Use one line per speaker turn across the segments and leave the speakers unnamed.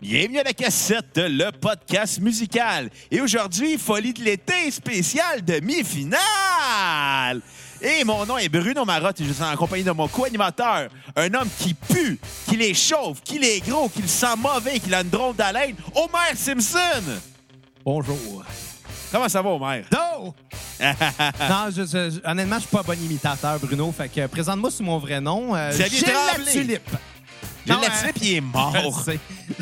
Bienvenue à la cassette, le podcast musical. Et aujourd'hui, folie de l'été spéciale demi-finale. Et mon nom est Bruno Marotte et je suis en compagnie de mon co-animateur, un homme qui pue, qui les chauffe, qui les gros, qui le sent mauvais, qui a une drôle d'haleine, Homer Simpson.
Bonjour.
Comment ça va, Homer?
Do! non, je, je- honnêtement, je suis pas bon imitateur, Bruno. Fait que euh, présente-moi sous mon vrai nom. Euh,
Xavier
Gilles
Tremblay. Oh.
la tulipe.
J'ai
Non,
la
hein.
tulipe, il est mort.
Je sais.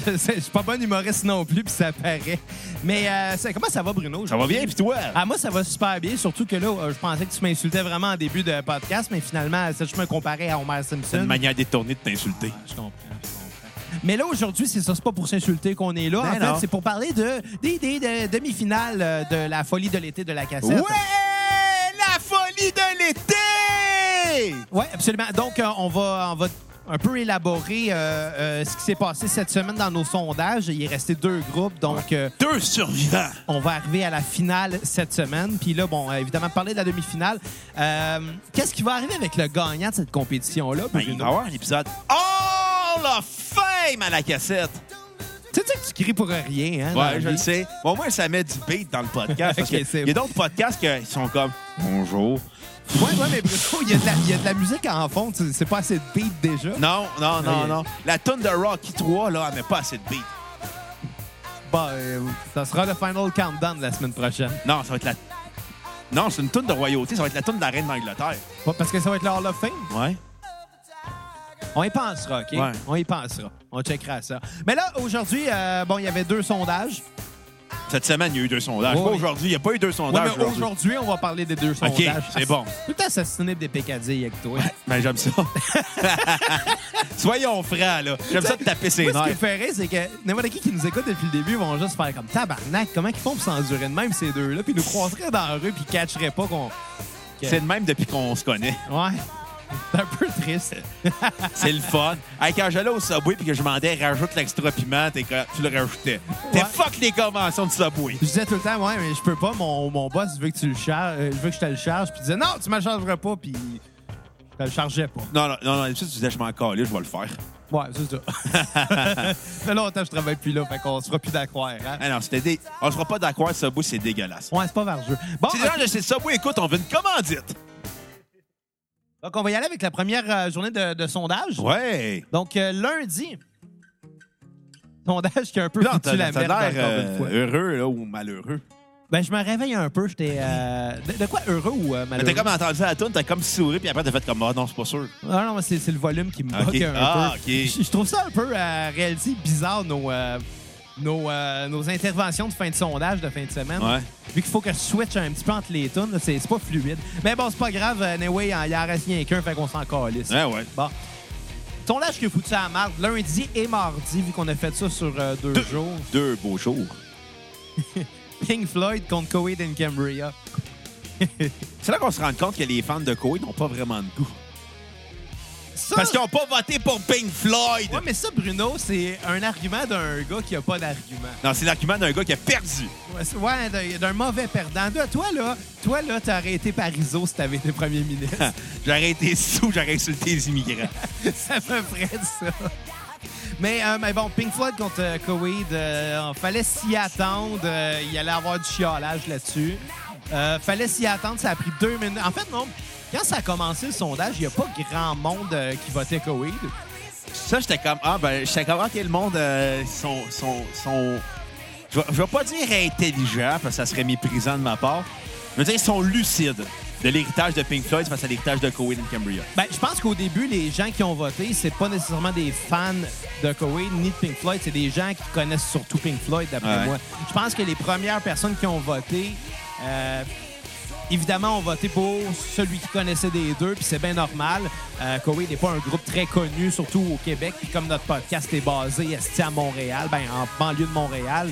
Je sais, je suis pas bon humoriste non plus, puis ça paraît. Mais euh, ça- comment ça va, Bruno?
Ça va bien, puis toi?
Ah, moi, ça va super bien, surtout que là, euh, je pensais que tu m'insultais vraiment en début de podcast, mais finalement, ça, je me comparais à Homer
C'est une
Simpson.
manière détournée de t'insulter.
Je comprends, je comprends. Mais là, aujourd'hui, c'est ça. C'est pas pour s'insulter qu'on est là.
Ben
en
non.
fait, c'est pour parler de, des, des- des demi-finales euh, de la folie de l'été de la cassette.
Ouais! La folie de l'été!
Oui, absolument. Donc, euh, on, va, on va un peu élaborer euh, euh, ce qui s'est passé cette semaine dans nos sondages. Il est resté deux groupes, donc euh,
Deux survivants.
on va arriver à la finale cette semaine. Puis là, bon, euh, évidemment, parler de la demi-finale. Euh, Qu'est-ce qui va arriver avec le gagnant de cette compétition-là?
Ben, il va y
Bruno?
avoir un épisode All of Fame à la cassette.
Tu sais que tu cries pour rien, hein? dans la
je
vie?
le sais. Bon, au moins, ça met du beat dans le podcast. parce
Ok,
que
c'est
il y a
bon.
d'autres podcasts qui sont comme Bonjour.
Ouais, ouais, mais Bruno, il y, a de la- il y a de la musique en fond. Tu- C'est pas assez de beat déjà.
Non, non, non,
Oui.
non. La tune de Rocky 3, là, elle met pas assez de beat. Ben,
Bah, euh, ça sera le final countdown de la semaine prochaine.
Non, ça va être la. Non, c'est une tune de royauté. Ça va être la tune de la reine d'Angleterre.
Ouais, parce que ça va être le Hall of Fame.
Ouais.
On y pensera, OK?
Ouais.
On y pensera. On checkera ça. Mais là, aujourd'hui, euh, bon, il y avait deux sondages.
Cette semaine, il y a eu deux sondages.
Oui.
Pas aujourd'hui. Il n'y a pas eu deux
Ouais,
sondages.
mais aujourd'hui, on va parler des deux sondages.
c'est bon.
Tout assassiné des pécadilles avec toi.
Ben, j'aime ça. Soyons francs, là. J'aime ça de taper ses
Moi, ce qui me
nerfs.
fait rire, c'est que n'importe qui qui nous écoute depuis le début vont juste faire comme tabarnak. Comment ils font pour s'endurer de même, ces deux-là? Puis ils nous croiseraient dans la rue, puis ils catcheraient pas qu'on. que-
C'est le même depuis qu'on se connaît.
Ouais. C'est un peu triste.
C'est le fun. Hey, quand j'allais au Subway puis que je demandais rajoute l'extra piment, t'es que tu le rajoutais. T'es
Ouais.
fuck les conventions du Subway.
Je disais tout le temps, ouais, mais je peux pas, mon, mon boss veut que tu le charges, euh, veut que je te le charge. Puis il disait, non, tu me le chargeras pas, puis je te le chargeais pas.
Non, non, non, non, d'habitude, tu disais je m'en calais, je vais le faire.
Ouais, c'est ça. ça fait longtemps que je travaille plus là, fait qu'on se fera plus d'accord. Hein?
Ah non, c'était dé... On se fera pas d'accord, le Subway, c'est dégueulasse.
Ouais, c'est pas vargeux. Bon, euh,
C'est
ok.
le genre de chez Subway, écoute, on veut une commandite.
donc on va y aller avec la première euh, journée de, de sondage.
Ouais.
Donc euh, lundi, sondage qui a un peu
Non,
foutu
t'as
la
t'as
merde encore
l'air
une fois.
euh, heureux là, ou malheureux.
Ben, je me réveille un peu, j'étais... euh, de, de quoi, heureux ou euh,
Mais
malheureux?
t'as comme entendu la toune, t'as comme souri, puis après t'as fait comme, ah non, c'est pas sûr.
Ah non, c'est c'est le volume qui me
Ok.
bug un
Ah,
peu.
ok.
Je, je trouve ça un peu euh, réalité bizarre, nos, euh, nos, euh, nos interventions de fin de sondage de fin de semaine.
Ouais.
Vu qu'il faut que je switch un petit peu entre les tunes, là, c'est c'est pas fluide. Mais bon, c'est pas grave. Euh, Anyway, hein, il en reste rien qu'un, fait qu'on s'en calisse.
Ouais, ouais.
Bon. Sondage que foutu à la marde lundi et mardi, vu qu'on a fait ça sur euh, deux,
Deux.
jours.
Deux beaux jours.
Pink Floyd contre Coed and Cambria.
C'est là qu'on se rend compte que les fans de Koei n'ont pas vraiment de goût.
Ça,
Parce qu'ils n'ont pas voté pour Pink Floyd.
Ouais, mais ça, Bruno, c'est un argument d'un gars qui a pas d'argument.
Non, c'est l'argument d'un gars qui a perdu.
Ouais, c'est- Ouais, d'un- d'un mauvais perdant. De- Toi, là, toi, là, t'aurais été Parizeau si t'avais été premier ministre.
Ah. J'aurais été sous, j'aurais insulté les immigrants.
ça me ferait ça. Mais, euh, mais bon, Pink Floyd contre euh, Coheed, euh, fallait s'y attendre. Euh, il allait avoir du chiolage là-dessus. Euh, fallait s'y attendre. Ça a pris deux minutes. En fait, non. Quand ça a commencé le sondage, il n'y a pas grand monde euh, qui votait Coheed.
Ça, j'étais comme, ah, ben, j'étais comme, ok, le monde, euh, sont, sont, sont- Je vais- je vais pas dire intelligent, parce que ça serait méprisant de ma part. Je veux dire, ils sont lucides de l'héritage de Pink Floyd face à l'héritage de Cohen et Cambria.
Ben, je pense qu'au début, les gens qui ont voté, c'est pas nécessairement des fans de Coheed ni de Pink Floyd, c'est des gens qui connaissent surtout Pink Floyd, d'après
Ouais.
moi. Je pense que les premières personnes qui ont voté, euh, évidemment, ont voté pour celui qui connaissait des deux, puis c'est bien normal. Euh, Coheed n'est pas un groupe très connu, surtout au Québec, puis comme notre podcast est basé esti, à Montréal, ben, en banlieue de Montréal.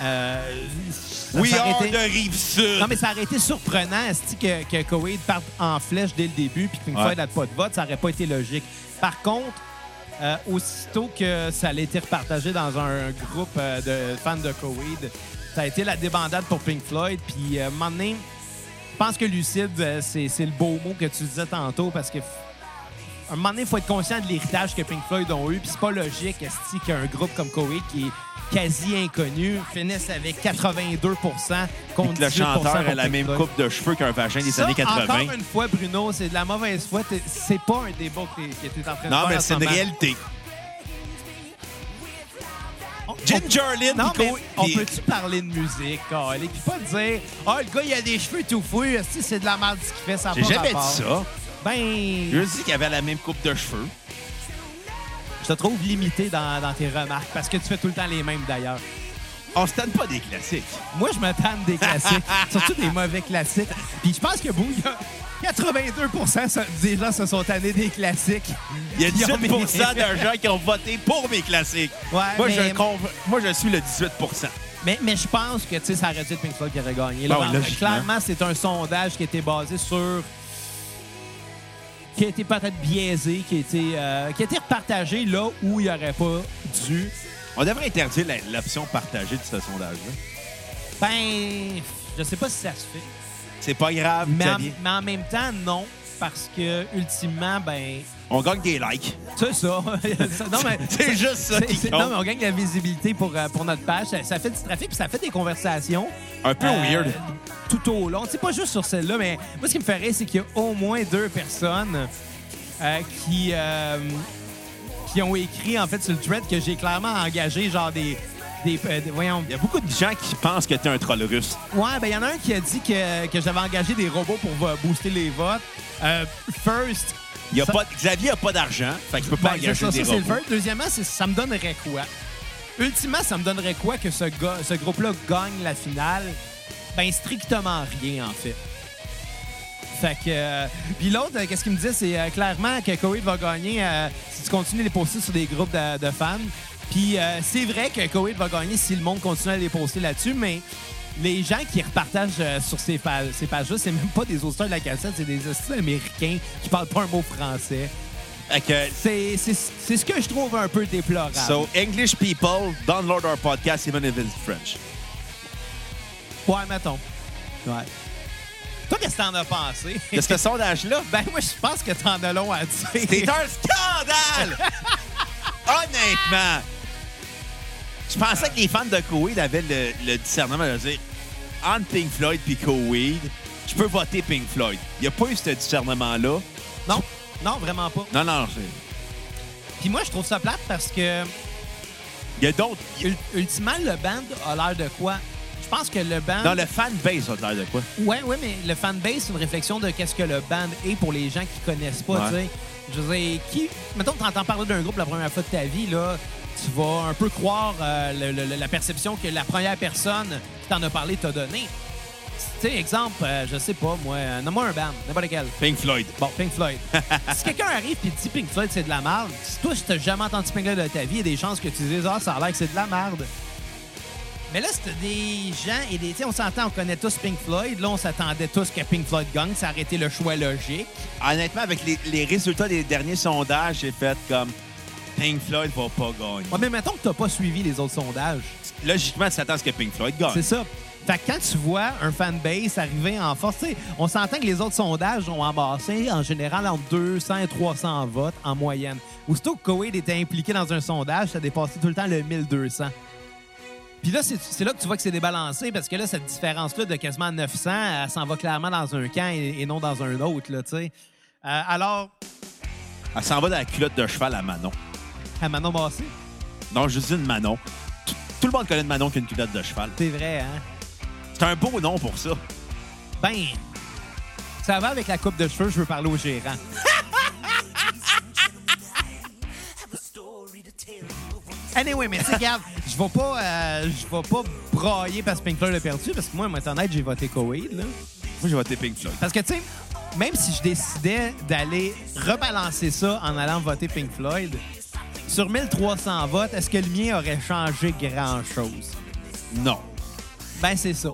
Euh, ça-
We
ça aurait
are
été-
de Rive-Sud.
non, mais ça aurait été surprenant esti, que, que Koweïd parte en flèche dès le début puis que Pink
Ouais.
Floyd n'a pas de vote. Ça aurait pas été logique. Par contre, euh, aussitôt que ça a été repartagé dans un groupe euh, de fans de Koweïd, ça a été la débandade pour Pink Floyd. Puis, euh, un moment donné, je pense que lucide, euh, c'est c'est le beau mot que tu disais tantôt parce que f- un moment donné, il faut être conscient de l'héritage que Pink Floyd ont eu. Puis c'est pas logique esti, qu'un groupe comme Coheed, qui est quasi inconnu, finisse avec 82 contre
Puis que le
18
chanteur a
contre
la
Pink
même
Floyd.
coupe de cheveux qu'un vagin des
Ça,
années 80.
Encore une fois, Bruno, c'est de la mauvaise foi. T'es- C'est pas un débat que t'es- que tu es en train de
Non,
faire
mais
en
c'est
ce
une
moment.
réalité.
On-
Ginger Lynn,
on- Non,
Nico,
mais on
puis-
peut-tu parler de musique, Carl? Et puis pas dire, ah, le gars, il a des cheveux tout fouillés, esti, c'est de la merde ce qu'il fait, ça a
J'ai
pas
jamais dit
rapport.
ça. Je
Ben,
dis qu'il avait la même coupe de cheveux.
je te trouve limité dans, dans tes remarques parce que tu fais tout le temps les mêmes d'ailleurs.
On se tanne pas des classiques.
Moi, je me tanne des classiques, surtout des mauvais classiques. Puis je pense que bon, il y a 82 se- des gens se sont tannés des classiques.
Il y a 18
Ils ont mis-
de gens qui ont voté pour mes classiques.
Ouais,
moi,
mais-
je conv- moi, je suis le 18
Mais, mais je pense que tu sais, ça aurait dû être Pink Floyd qui aurait gagné.
Ben
Là,
oui,
Parce que
logiquement.
clairement, c'est un sondage qui était basé sur. qui a été peut-être biaisé, qui a été, euh, qui a été repartagé là où il n'y aurait pas dû.
On devrait interdire la- l'option partagée de ce sondage-là.
Ben, je sais pas si ça se fait.
C'est pas grave,
Mais en,
Xavier.
mais en même temps, non. Parce que, ultimement, ben.
On gagne des likes.
C'est ça. Ça- non, mais.
C'est juste ça
c'est-
qui
c'est-
compte.
non, mais on gagne la visibilité pour, euh, pour notre page. Ça, ça fait du trafic, puis ça fait des conversations.
Un peu
Euh,
weird.
Tout au long. C'est pas juste sur celle-là, mais moi, ce qui me ferait, c'est qu'il y a au moins deux personnes euh, qui, euh, qui ont écrit, en fait, sur le thread que j'ai clairement engagé, genre des. des, euh, des- voyons.
Il y a beaucoup de gens qui pensent que t'es un troll russe.
Ouais, ben, il y en a un qui a dit que, que j'avais engagé des robots pour euh, booster les votes. Euh, first.
Il y a
ça-
pas, Xavier a pas d'argent, fait qu'il peut pas
ben, c'est
engager
ça,
des
ça, c'est le
robots.
first. Deuxièmement, c'est ça me donnerait quoi? Ultimement, ça me donnerait quoi que ce, gars- ce groupe-là gagne la finale? Ben, strictement rien, en fait. Fait que. euh, Puis l'autre, euh, qu'est-ce qu'il me dit? C'est euh, clairement que Koweït va gagner euh, si tu continues de les poster sur des groupes de, de fans. Puis euh, c'est vrai que Koweït va gagner si le monde continue à les poster là-dessus, mais les gens qui repartagent euh, sur ces, pa- ces pages-là, c'est même pas des auteurs de la cassette, c'est des hosties américains qui parlent pas un mot français.
Fait que,
C'est c'est- c'est ce que je trouve un peu déplorable.
so, English people, download our podcast even if it's French.
Ouais, mettons. Ouais. Toi, qu'est-ce que t'en as pensé?
De ce sondage-là,
ben, moi, je pense que t'en as long à dire.
C'est un scandale! Honnêtement! Je pensais que les fans de Coweed avaient le, le discernement de dire entre Pink Floyd puis Coweed, je peux voter Pink Floyd. Il n'y a pas eu ce discernement-là.
Non, non, vraiment pas.
Non, non, c'est-
Puis moi, je trouve ça plate parce que,
il y a d'autres. il y
ul- ultimement, le band a l'air de quoi? Je pense que le band...
a- Dans le fan base, ça a l'air de quoi?
Ouais, ouais, mais le fanbase, c'est une réflexion de qu'est-ce que le band est pour les gens qui connaissent
Ouais.
pas, tu sais. Je veux dire, qui... Mettons que t'entends parler d'un groupe la première fois de ta vie, là, tu vas un peu croire euh, le- le- le- la perception que la première personne qui t'en a parlé t'a donné. Tu sais, exemple, euh, je sais pas, moi, euh, nomme-moi un band, n'importe quel.
Pink Floyd.
Bon, Pink Floyd. si quelqu'un arrive et dit Pink Floyd, c'est de la merde, si toi, tu n'as jamais entendu Pink Floyd de ta vie, il y a des chances que tu dises Ah, ça a l'air que c'est de la merde. Mais là, c'était des gens et des. Tu sais, on s'entend, on connaît tous Pink Floyd. Là, on s'attendait tous que Pink Floyd gagne. Ça aurait été le choix logique.
Honnêtement, avec les, les résultats des derniers sondages, j'ai fait comme Pink Floyd va pas gagner.
Ouais, mais mettons que tu pas suivi les autres sondages.
Logiquement, tu t'attends à ce que Pink Floyd
C'est
gagne.
ça. Fait que quand tu vois un fanbase arriver en force, tu sais, on s'entend que les autres sondages ont embassé en général entre 200 et 300 votes en moyenne. Aussitôt que Koweïd était impliqué dans un sondage, ça dépassait tout le temps le 1200. Puis là, c'est- c'est là que tu vois que c'est débalancé parce que là, cette différence-là de quasiment 900, elle s'en va clairement dans un camp et, et non dans un autre, là, tu sais. Euh, alors,
Elle s'en va dans la culotte de cheval à Manon.
à Manon Bassé,
Non, je dis une Manon. Tout, tout le monde connaît une Manon qui a une culotte de cheval.
c'est vrai, hein?
C'est un beau nom pour ça.
Ben, ça va avec la coupe de cheveux, je veux parler au gérant. Anyway, mais tu sais, regarde, je vais pas, euh, je vais pas brailler parce que Pink Floyd a perdu, parce que moi, en étant honnête, j'ai voté Koweïd, là.
Moi, j'ai voté Pink Floyd.
Parce que, tu sais, même si je décidais d'aller rebalancer ça en allant voter Pink Floyd, sur 1300 votes, est-ce que le mien aurait changé grand-chose?
Non.
Ben, c'est ça.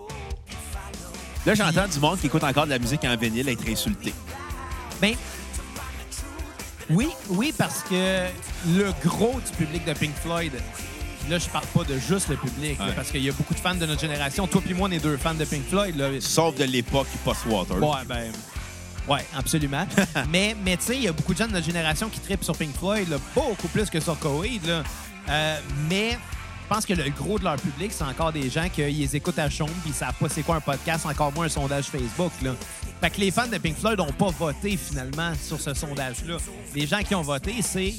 Là, j'entends du monde qui écoute encore de la musique en vinyle être insulté.
Ben, oui, oui, parce que le gros du public de Pink Floyd, là, je parle pas de juste le public, là,
Ouais.
parce qu'il y a beaucoup de fans de notre génération. Toi puis moi, on est deux fans de Pink Floyd. Là.
Sauf de l'époque post-Water.
Ouais, ben, Oui, absolument. mais mais tu sais, il y a beaucoup de gens de notre génération qui tripent sur Pink Floyd, là, beaucoup plus que sur Coheed. là. Euh, mais je pense que le gros de leur public, c'est encore des gens qui euh, ils les écoutent à chaume puis ils savent pas c'est quoi un podcast, encore moins un sondage Facebook. Là. Fait que les fans de Pink Floyd n'ont pas voté finalement sur ce sondage-là. Les gens qui ont voté, c'est.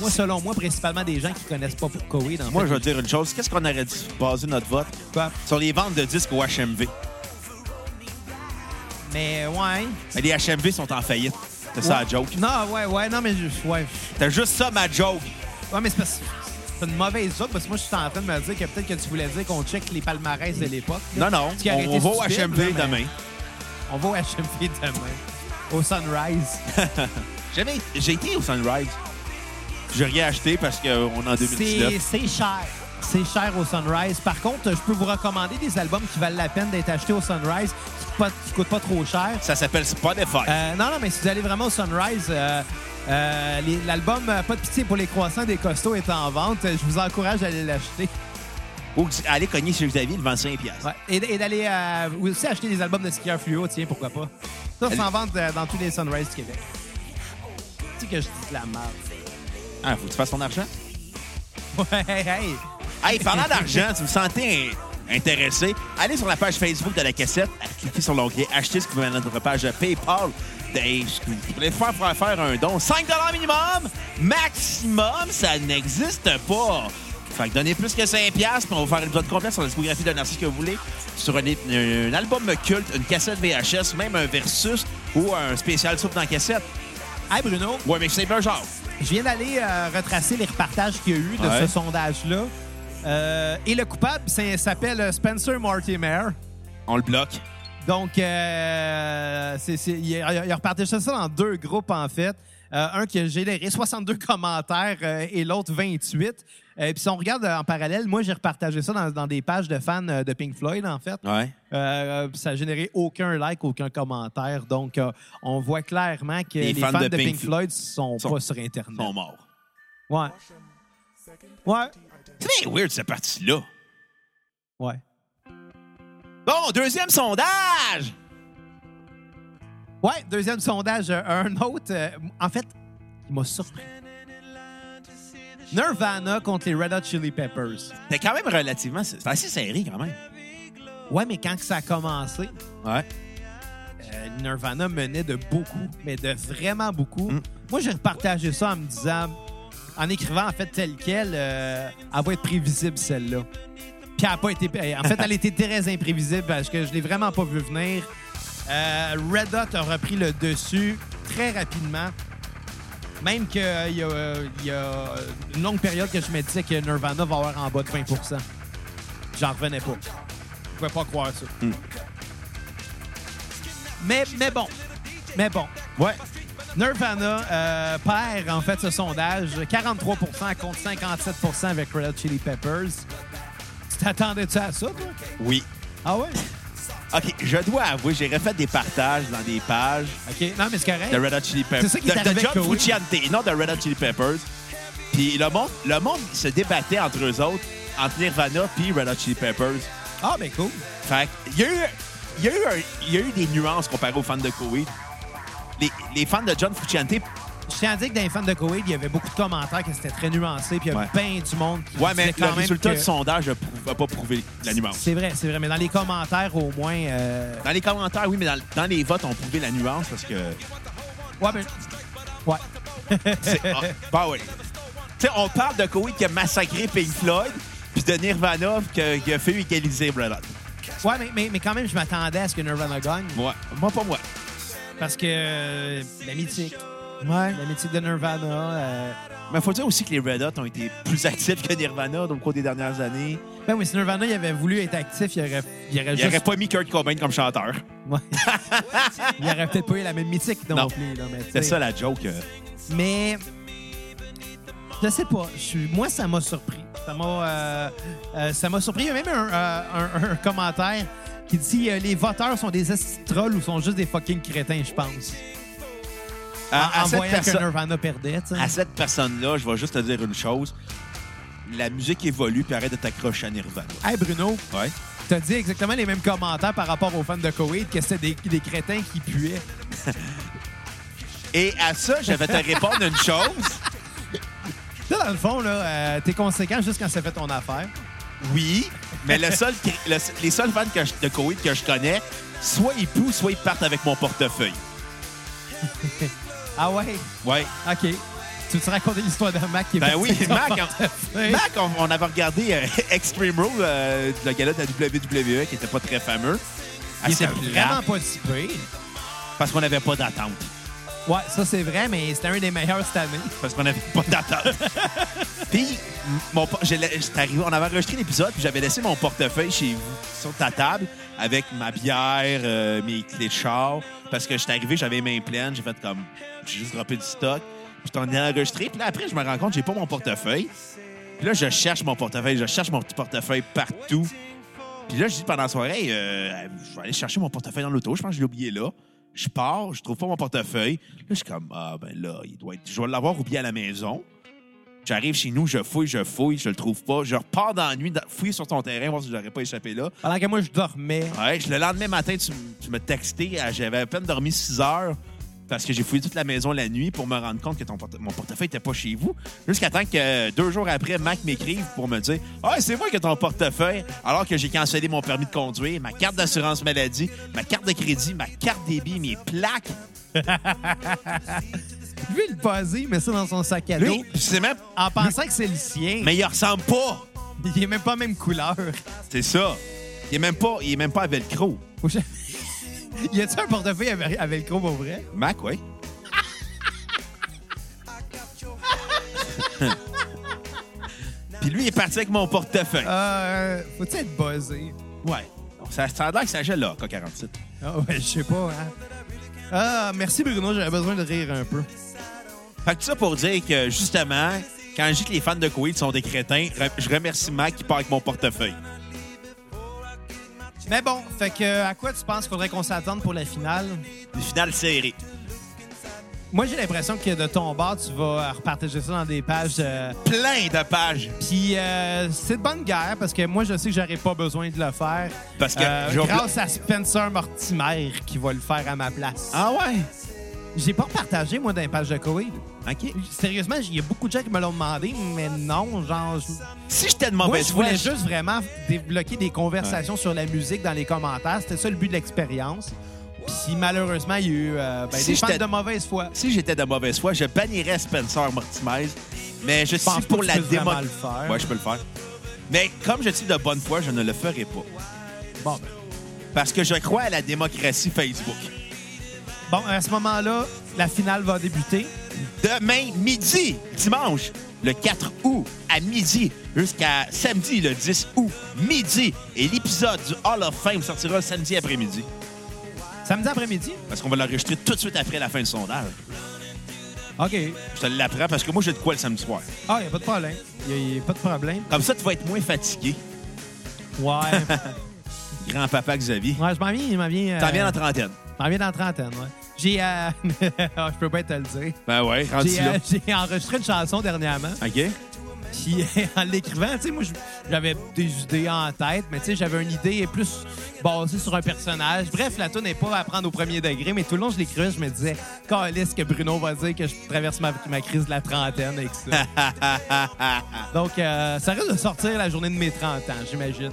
Moi, selon moi, principalement des gens qui connaissent pas pour Coheed. en
Moi,
fait.
je vais te dire une chose. Qu'est-ce qu'on aurait dû baser notre vote?
Quoi?
Sur les ventes de disques au HMV.
Mais ouais.
Mais Ben, les HMV sont en faillite. C'est ça la joke.
Non, ouais, ouais, non, mais je- ouais.
T'as juste ça, ma joke.
Ouais, mais c'est parce que c'est une mauvaise joke parce que moi, je suis en train de me dire que peut-être que tu voulais dire qu'on check les palmarès de l'époque.
Non, non.
Ce qui aurait
On,
été
on va au
stupide,
HMV
là, mais
demain.
On va au HMV demain. Au sunrise.
Jamais- J'ai été au Sunrise. J'ai rien acheté parce qu'on est en 2019.
C'est c'est cher. C'est cher au sunrise. Par contre, je peux vous recommander des albums qui valent la peine d'être achetés au sunrise, qui ne coûtent pas trop cher.
Ça s'appelle Spotify.
Euh, non, non, mais si vous allez vraiment au Sunrise, euh, euh, les- l'album euh, Pas de pitié pour les croissants des costauds est en vente. Je vous encourage à aller l'acheter.
Ou aller cogner chez Xavier, il vend 5 piastres.
Ouais. Et, d- et d'aller euh, vous aussi acheter des albums de skieurs fluo, tiens, pourquoi pas. Ça, c'est en vente euh, dans tous les Sunrise du Québec. Tu sais que je dis de la merde.
Ah, faut que tu fasses ton argent.
Ouais, hey, hey.
Hey, parlant d'argent, si vous vous sentez in- intéressé, allez sur la page Facebook de la cassette, cliquez sur l'onglet Acheter ce qui vous mène à notre page PayPal. Hey, ce que vous voulez faire, vous pouvez faire un don. 5 minimum, maximum, ça n'existe pas. Fait que donnez plus que 5 piastres, puis on va faire une boîte complète sur la discographie d'un artiste que vous voulez, sur un, é- un album culte, une cassette VHS, même un versus ou un spécial soupe dans cassette.
Hey, Bruno,
Ouais, mais c'est un genre.
je viens d'aller euh, retracer les repartages qu'il y a eu de
Ouais.
ce sondage-là. Euh, et le coupable c'est- s'appelle euh, Spencer Mortimer.
On le bloque.
Donc, euh, c'est- c'est- il, a, il a repartagé ça dans deux groupes, en fait. Euh, un qui a généré 62 commentaires euh, et l'autre 28. Euh, Puis si on regarde euh, en parallèle, moi, j'ai repartagé ça dans, dans des pages de fans euh, de Pink Floyd, en fait.
Ouais.
Euh, euh, ça a généré aucun like, aucun commentaire. Donc, euh, on voit clairement que les, fans, de, Pink, Floyd sont,
sont-
pas sur Internet.
Ils sont morts.
Ouais. Ouais.
C'est bien weird, cette partie-là.
Ouais.
Bon, deuxième sondage!
Ouais, deuxième sondage, euh, un autre. euh, en fait, il m'a surpris. Nirvana contre les Red Hot Chili Peppers.
T'es quand même relativement. C'est assez serré quand même.
Ouais, mais quand que ça a commencé,
Ouais.
euh, Nirvana menait de beaucoup, mais de vraiment beaucoup. Moi, j'ai repartagé ça en me disant, en écrivant en fait tel quel, euh, elle va être prévisible celle-là. Puis elle a pas été. euh, En fait, elle était très imprévisible parce que je l'ai vraiment pas vu venir. Euh, Red Hot a repris le dessus très rapidement. Même qu'il y, a, euh, il y a une longue période que je me disais que Nirvana va avoir en bas de 20 J'en revenais pas. Je pouvais pas croire ça. Mais, mais bon. Mais bon.
Ouais.
Nirvana euh, perd en fait ce sondage 43 contre 57 avec Red Hot Chili Peppers. Tu t'attendais-tu à ça, toi?
Oui.
Ah ouais?
OK, je dois avouer, j'ai refait des partages dans des pages
OK. Non, mais c'est correct.
de Red Hot Chili Peppers.
C'est ça qui est
de, de
arrivé
John
avec Coheed.
Frusciante, non de Red Hot Chili Peppers. Puis le monde, le monde se débattait entre eux autres, entre Nirvana puis Red Hot Chili Peppers.
Ah, ben cool.
Fait que, il y a eu, il y a eu, un- il y a eu des nuances comparées aux fans de Coheed. Les, les fans de John Frusciante
Je tiens à dire que dans les fans de Koweït, il y avait beaucoup de commentaires que c'était très nuancé, puis il y a
Ouais.
bien du monde qui
Ouais, mais
disait
le
quand même
résultat
que-
du sondage ne prou- va pas prouver la nuance.
C'est vrai, c'est vrai. Mais dans les commentaires, au moins... euh,
Dans les commentaires, oui, mais dans, dans les votes, on prouvé la nuance parce que.
Ouais, mais... Ouais.
c'est- ah, bah oui. Tu sais, on parle de Koweït qui a massacré Pink Floyd, puis de Nirvana qui a, qui a fait égaliser Red Hot.
Ouais, mais, mais, mais quand même, je m'attendais à ce que Nirvana gagne.
Moi, moi, pas moi.
Parce que euh, la mythique. Ouais. La mythique de Nirvana. euh,
Mais faut dire aussi que les Red Hot ont été plus actifs que Nirvana au cours des dernières années.
Ben oui, si Nirvana il avait voulu être actif, il aurait, il aurait
Ils
juste.
n'auraient pas mis Kurt Cobain comme chanteur.
Ouais. il aurait peut-être pas eu la même mythique non,
Non.
plus. là, mais tu sais.
C'est ça la joke. euh.
Mais. Je sais pas. Je suis- Moi, ça m'a surpris. Ça m'a euh, euh, ça m'a surpris. Il y a même un, euh, un- un commentaire qui dit euh, Les voteurs sont des esti de trolls ou sont juste des fucking crétins, je pense.
À- à
en
cette
voyant
perso-
que Nirvana perdait, tu sais.
à cette personne-là, je vais juste te dire une chose. La musique évolue, puis arrête de t'accrocher à Nirvana.
Hey Bruno,
Ouais.
t'as dit exactement les mêmes commentaires par rapport aux fans de Koweït, que c'était des, des crétins qui puaient.
Et à ça, je vais te répondre une chose.
Toi, dans le fond, là, euh, t'es conséquent juste quand ça fait ton affaire.
Oui, mais le seul, le- les seuls fans que je- de Koweït que je connais, soit ils poussent, soit ils partent avec mon portefeuille.
Ah ouais?
Ouais.
OK. Tu veux te raconter l'histoire de Mac qui est
Ben
parti
oui,
avec son
Mac,
portefeuille?
Mac, on, on avait regardé euh, Extreme Rule, euh, le gala de la WWE, qui n'était pas très fameux.
Il
Assez
était Ah, vraiment
plate,
pas si pire.
Parce qu'on n'avait pas d'attente.
Ouais, ça c'est vrai, mais c'était un des meilleurs cette année.
Parce qu'on n'avait pas d'attente. puis, m- mon, por- je l'ai- j'étais arrivé, on avait enregistré l'épisode, puis j'avais laissé mon portefeuille chez vous, sur ta table, avec ma bière, euh, mes clés de char. Parce que j'étais arrivé, j'avais les mains pleines, j'ai fait comme. J'ai juste droppé du stock. Puis, je t'en ai enregistré. Puis là, après, je me rends compte, j'ai pas mon portefeuille. Puis là, je cherche mon portefeuille, je cherche mon petit portefeuille partout. Puis là, je dis pendant la soirée, Hey, euh, je vais aller chercher mon portefeuille dans l'auto. Je pense que je l'ai oublié là. Je pars, je trouve pas mon portefeuille. Là, je suis comme, ah ben là, il doit être... je vais l'avoir oublié à la maison. J'arrive chez nous, je fouille, je fouille, je le trouve pas. Je repars dans la nuit, dans- fouiller sur ton terrain, voir si je l'aurais pas échappé là.
Pendant que moi, je dormais.
Ouais, je- le lendemain matin, tu, m- tu me textais, euh, j'avais à peine dormi 6 heures parce que j'ai fouillé toute la maison la nuit pour me rendre compte que ton porte- mon portefeuille était pas chez vous. Jusqu'à temps que euh, deux jours après, Mac m'écrive pour me dire Ah, c'est moi qui ai ton portefeuille, alors que j'ai cancellé mon permis de conduire, ma carte d'assurance maladie, ma carte de crédit, ma carte débit, mes plaques.
Lui, il posé, mais ça dans son sac à dos.
Lui, c'est même.
En pensant que c'est le sien,
Mais il ressemble pas.
il est même pas même couleur.
C'est ça. Il est même pas, il est même pas à Velcro.
Faut jamais- y a-tu un portefeuille avec, avec le gros pour vrai?
Mac, oui. Puis lui, il est parti avec mon portefeuille.
Euh, faut-tu être buzzé?
Ouais. Ça, ça a l'air que ça gèle là, K47.
Ah ouais, je sais pas, hein. Ah, merci Bruno, j'avais besoin de rire un peu.
Fait que ça pour dire que, justement, quand je dis que les fans de Koweït sont des crétins, re- je remercie Mac qui part avec mon portefeuille.
Mais bon, fait que euh, à quoi tu penses qu'il faudrait qu'on s'attende pour la finale?
Une finale serrée.
Moi, j'ai l'impression que de ton bord, tu vas repartager ça dans des pages. euh,
Plein de pages.
Puis euh, c'est de bonne guerre parce que moi, je sais que j'aurais pas besoin de le faire.
Parce que
Euh,
je-
grâce à Spencer Mortimer qui va le faire à ma place.
Ah ouais?
J'ai pas partagé, moi, dans les pages de Koweït.
OK.
Sérieusement, il y a beaucoup de gens qui me l'ont demandé, mais non, genre. je-
Si j'étais de
Moi,
mauvaise
je Ah, ben, voulais
foi,
juste vraiment débloquer des conversations sur la musique dans les commentaires. C'était ça le but de l'expérience. Puis malheureusement, il y a eu euh, ben,
Si
des fans
j'étais-
de mauvaise foi.
si j'étais de mauvaise foi, je bannirais Spencer Mortimer, mais je suis
pense pas
pour
que
la
tu peux
démo.
vraiment le faire.
Ouais, je peux le faire. Mais comme je suis de bonne foi, je ne le ferai pas.
Bon, ben,
Parce que je crois à la démocratie Facebook.
bon, à ce moment-là, la finale va débuter.
Demain midi, dimanche, le 4 août à midi jusqu'à samedi le 10 août midi. Et l'épisode du Hall of Fame sortira samedi après-midi.
Samedi après-midi?
Parce qu'on va l'enregistrer tout de suite après la fin du sondage.
OK.
Je te l'apprends parce que moi, j'ai de quoi le samedi soir.
Ah, il a pas de problème. Il n'y a, pas de problème.
Comme ça, tu vas être moins fatigué,
Ouais.
grand-papa Xavier.
ouais, je m'en viens. Je m'en viens, euh,
T'en viens en trentaine.
je m'en viens dans la trentaine, ouais. J'ai. euh, ah, je peux pas te le dire.
Ben ouais, rendu
J'ai,
là.
euh, j'ai enregistré une chanson dernièrement.
OK?
Puis en l'écrivant, tu sais, moi, je- j'avais des idées en tête, mais tu sais, j'avais une idée plus basée sur un personnage. Bref, la tune n'est pas à prendre au premier degré, mais tout le long, je l'écrivais, je me disais, calisse que Bruno va dire que je traverse ma, ma crise de la trentaine avec ça. Donc, euh, ça risque de sortir la journée de mes 30 ans, j'imagine.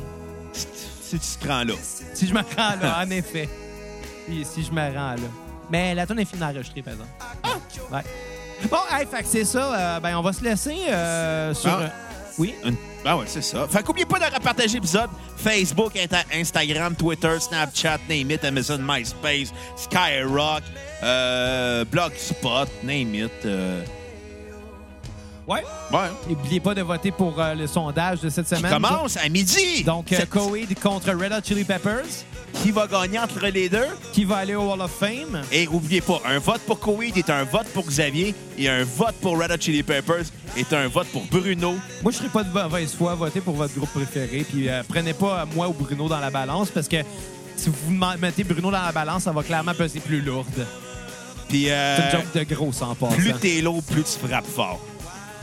si tu te rends là.
Si je me rends là, en effet. Si, si je me rends là. Mais la tune est finie d'enregistrer, par exemple. Ouais. Bon, hey, fait que c'est ça. euh, ben, on va se laisser euh, sur.
Ah.
euh, oui?
Une- Ben ouais, c'est ça. Fait qu'oubliez pas de repartager l'épisode Facebook, Insta- Instagram, Twitter, Snapchat, Name It, Amazon, MySpace, Skyrock, euh, Blogspot, Name It. euh,
Ouais.
Ouais.
N'oubliez pas de voter pour euh, le sondage de cette
Qui
semaine.
commence à midi.
Donc, euh,
C'est-
Coed contre Red Hot Chili Peppers,
qui va gagner entre les deux?
qui va aller au Wall of Fame.
Et oubliez pas, un vote pour Koweïd est un vote pour Xavier et un vote pour Red Hot Chili Peppers est un vote pour Bruno.
Moi, je serais pas de mauvaise foi. Votez pour votre groupe préféré. Puis, euh, prenez pas euh, moi ou Bruno dans la balance parce que si vous m- mettez Bruno dans la balance, ça va clairement peser plus lourde.
Puis euh,
C'est une joke de gros en passant.
plus t'es lourd, plus tu frappes fort.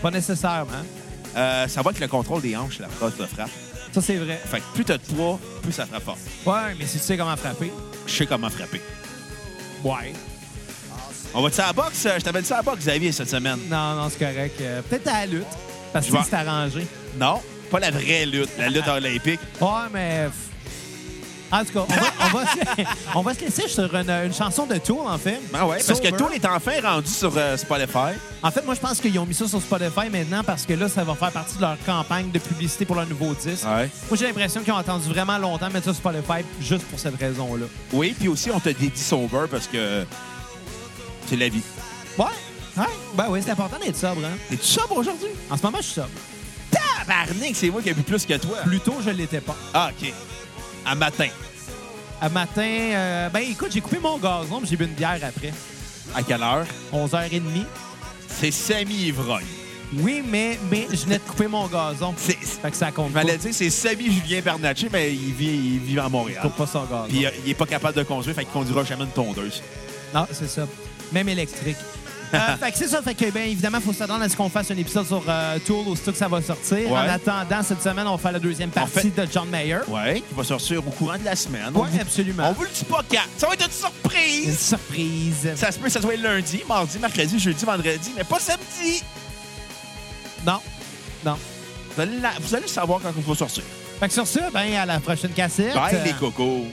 Pas hein? nécessairement.
Euh, ça va avec le contrôle des hanches, la force de frappe.
Ça, Ça, c'est vrai.
Fait que plus t'as de poids, plus ça frappe fort.
Ouais, mais si tu sais comment frapper,
Je sais comment frapper.
ouais.
On va-tu à la boxe? Euh, Je t'avais dit ça à la boxe, Xavier, cette semaine.
Non, non, c'est correct. Euh, Peut-être à la lutte, parce
Je
que
vais-
c'est arrangé.
Non, pas la vraie lutte, la lutte olympique.
Ouais, mais. pff. En tout cas, on va, on va se, on va se laisser sur une, une chanson de Tool, en fait.
Ah ouais, parce que
Sober.
tout est enfin rendu sur euh, Spotify.
En fait, moi, je pense qu'ils ont mis ça sur Spotify maintenant parce que là, ça va faire partie de leur campagne de publicité pour leur nouveau disque.
Ouais.
Moi, j'ai l'impression qu'ils ont attendu vraiment longtemps mettre ça sur Spotify juste pour cette raison-là.
Oui, puis aussi, on te dédie sober parce que c'est la vie.
Ouais. Ouais. Ben oui, c'est important d'être sobre. Hein?
T'es-tu sobre aujourd'hui?
En ce moment, je suis sobre.
Tabarnak, c'est moi qui ai bu plus que toi.
Plus tôt, je l'étais pas.
Ah, OK. À matin,
À matin, euh, ben écoute, j'ai coupé mon gazon, puis j'ai bu une bière après.
à quelle heure?
11h30.
C'est semi-ivrogne.
Oui, mais, mais je venais de couper mon gazon.
C'est-
Fait que ça compte
Je
pas.
m'allais dire, c'est semi-Julien Bernatchez, mais il vit, il vit à Montréal.
Coupe pas son gazon.
Puis euh, il est pas capable de conduire, fait qu'il conduira jamais une tondeuse.
Non, c'est ça. Même électrique. Euh, fait que c'est ça. Fait que, bien évidemment, il faut s'attendre à ce qu'on fasse un épisode sur euh, Tool aussitôt que ça va sortir.
Ouais.
En attendant, cette semaine, on va faire la deuxième partie de John Mayer.
Ouais, qui va sortir au courant de la semaine.
Ouais,
On vous-
absolument.
On vous le dit pas quand. Ça va être une
Une
surprise.
surprise.
Ça se peut que ça soit lundi, mardi, mercredi, jeudi, vendredi, mais pas samedi.
Non. Non.
Vous allez, la- vous allez le savoir quand on va sortir.
Fait que sur ça, ben à la prochaine cassette.
Bye
Euh,
les cocos.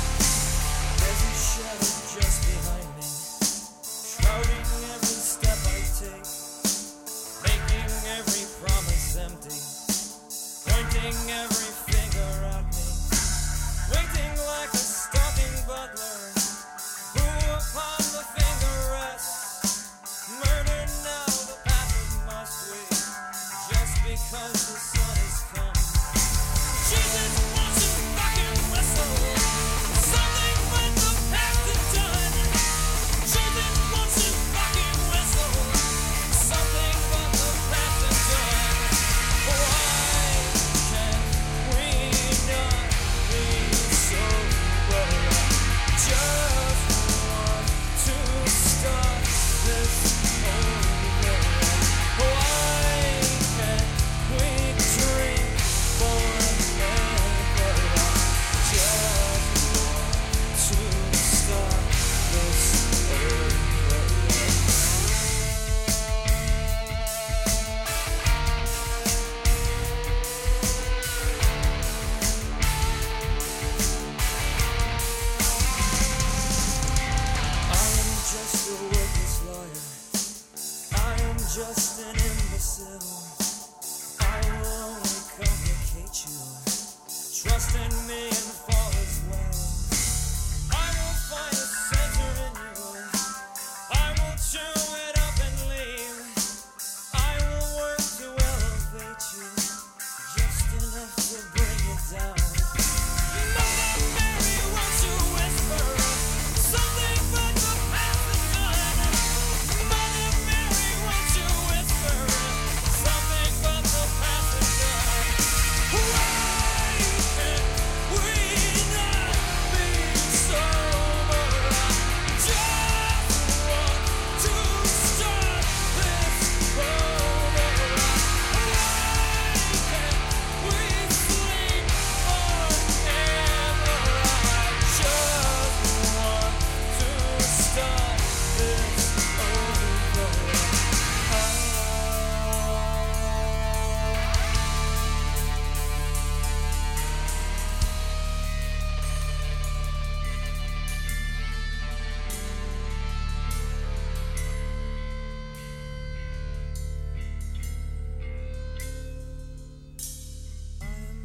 Every shadow just behind me, shrouding every step I take, making every promise empty, pointing every finger at me, waiting like a stalking butler, who upon the finger rests, murdered now the path of must wait, just because the sun has come. Jesus wants to fucking whistle. Something with the past is done. Jesus wants to fucking whistle. Something with the past is done. Why can we not be sober? Just want to start this over. Why can't we drink forever? Just want to start this over. I am just a worthless liar. I am just an imbecile. I will only complicate you. Trust in me and fall as well. I will find a center in you. I will chew it up and leave. I will work to elevate you. Just enough to bring it down. You know that Mary wants to whisper something, but the path is done. Mother Mary wants to whisper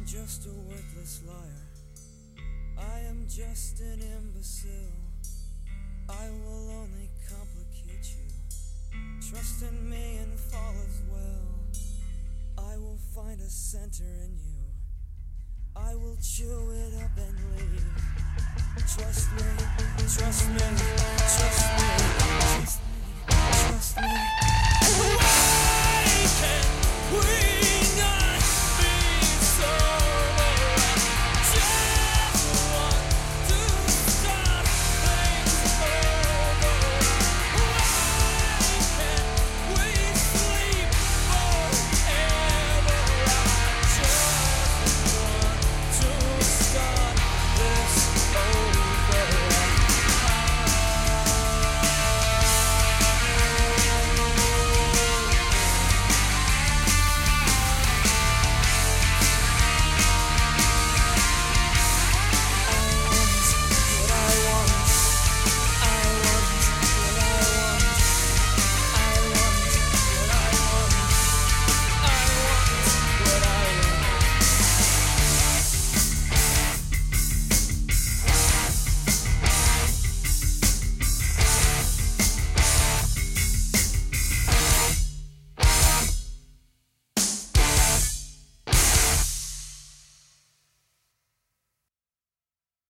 just a worthless liar. I am just an imbecile. I will only complicate you. Trust in me and fall as well. I will find a center in you. I will chew it up and leave. Trust me, trust me, trust me. Trust me.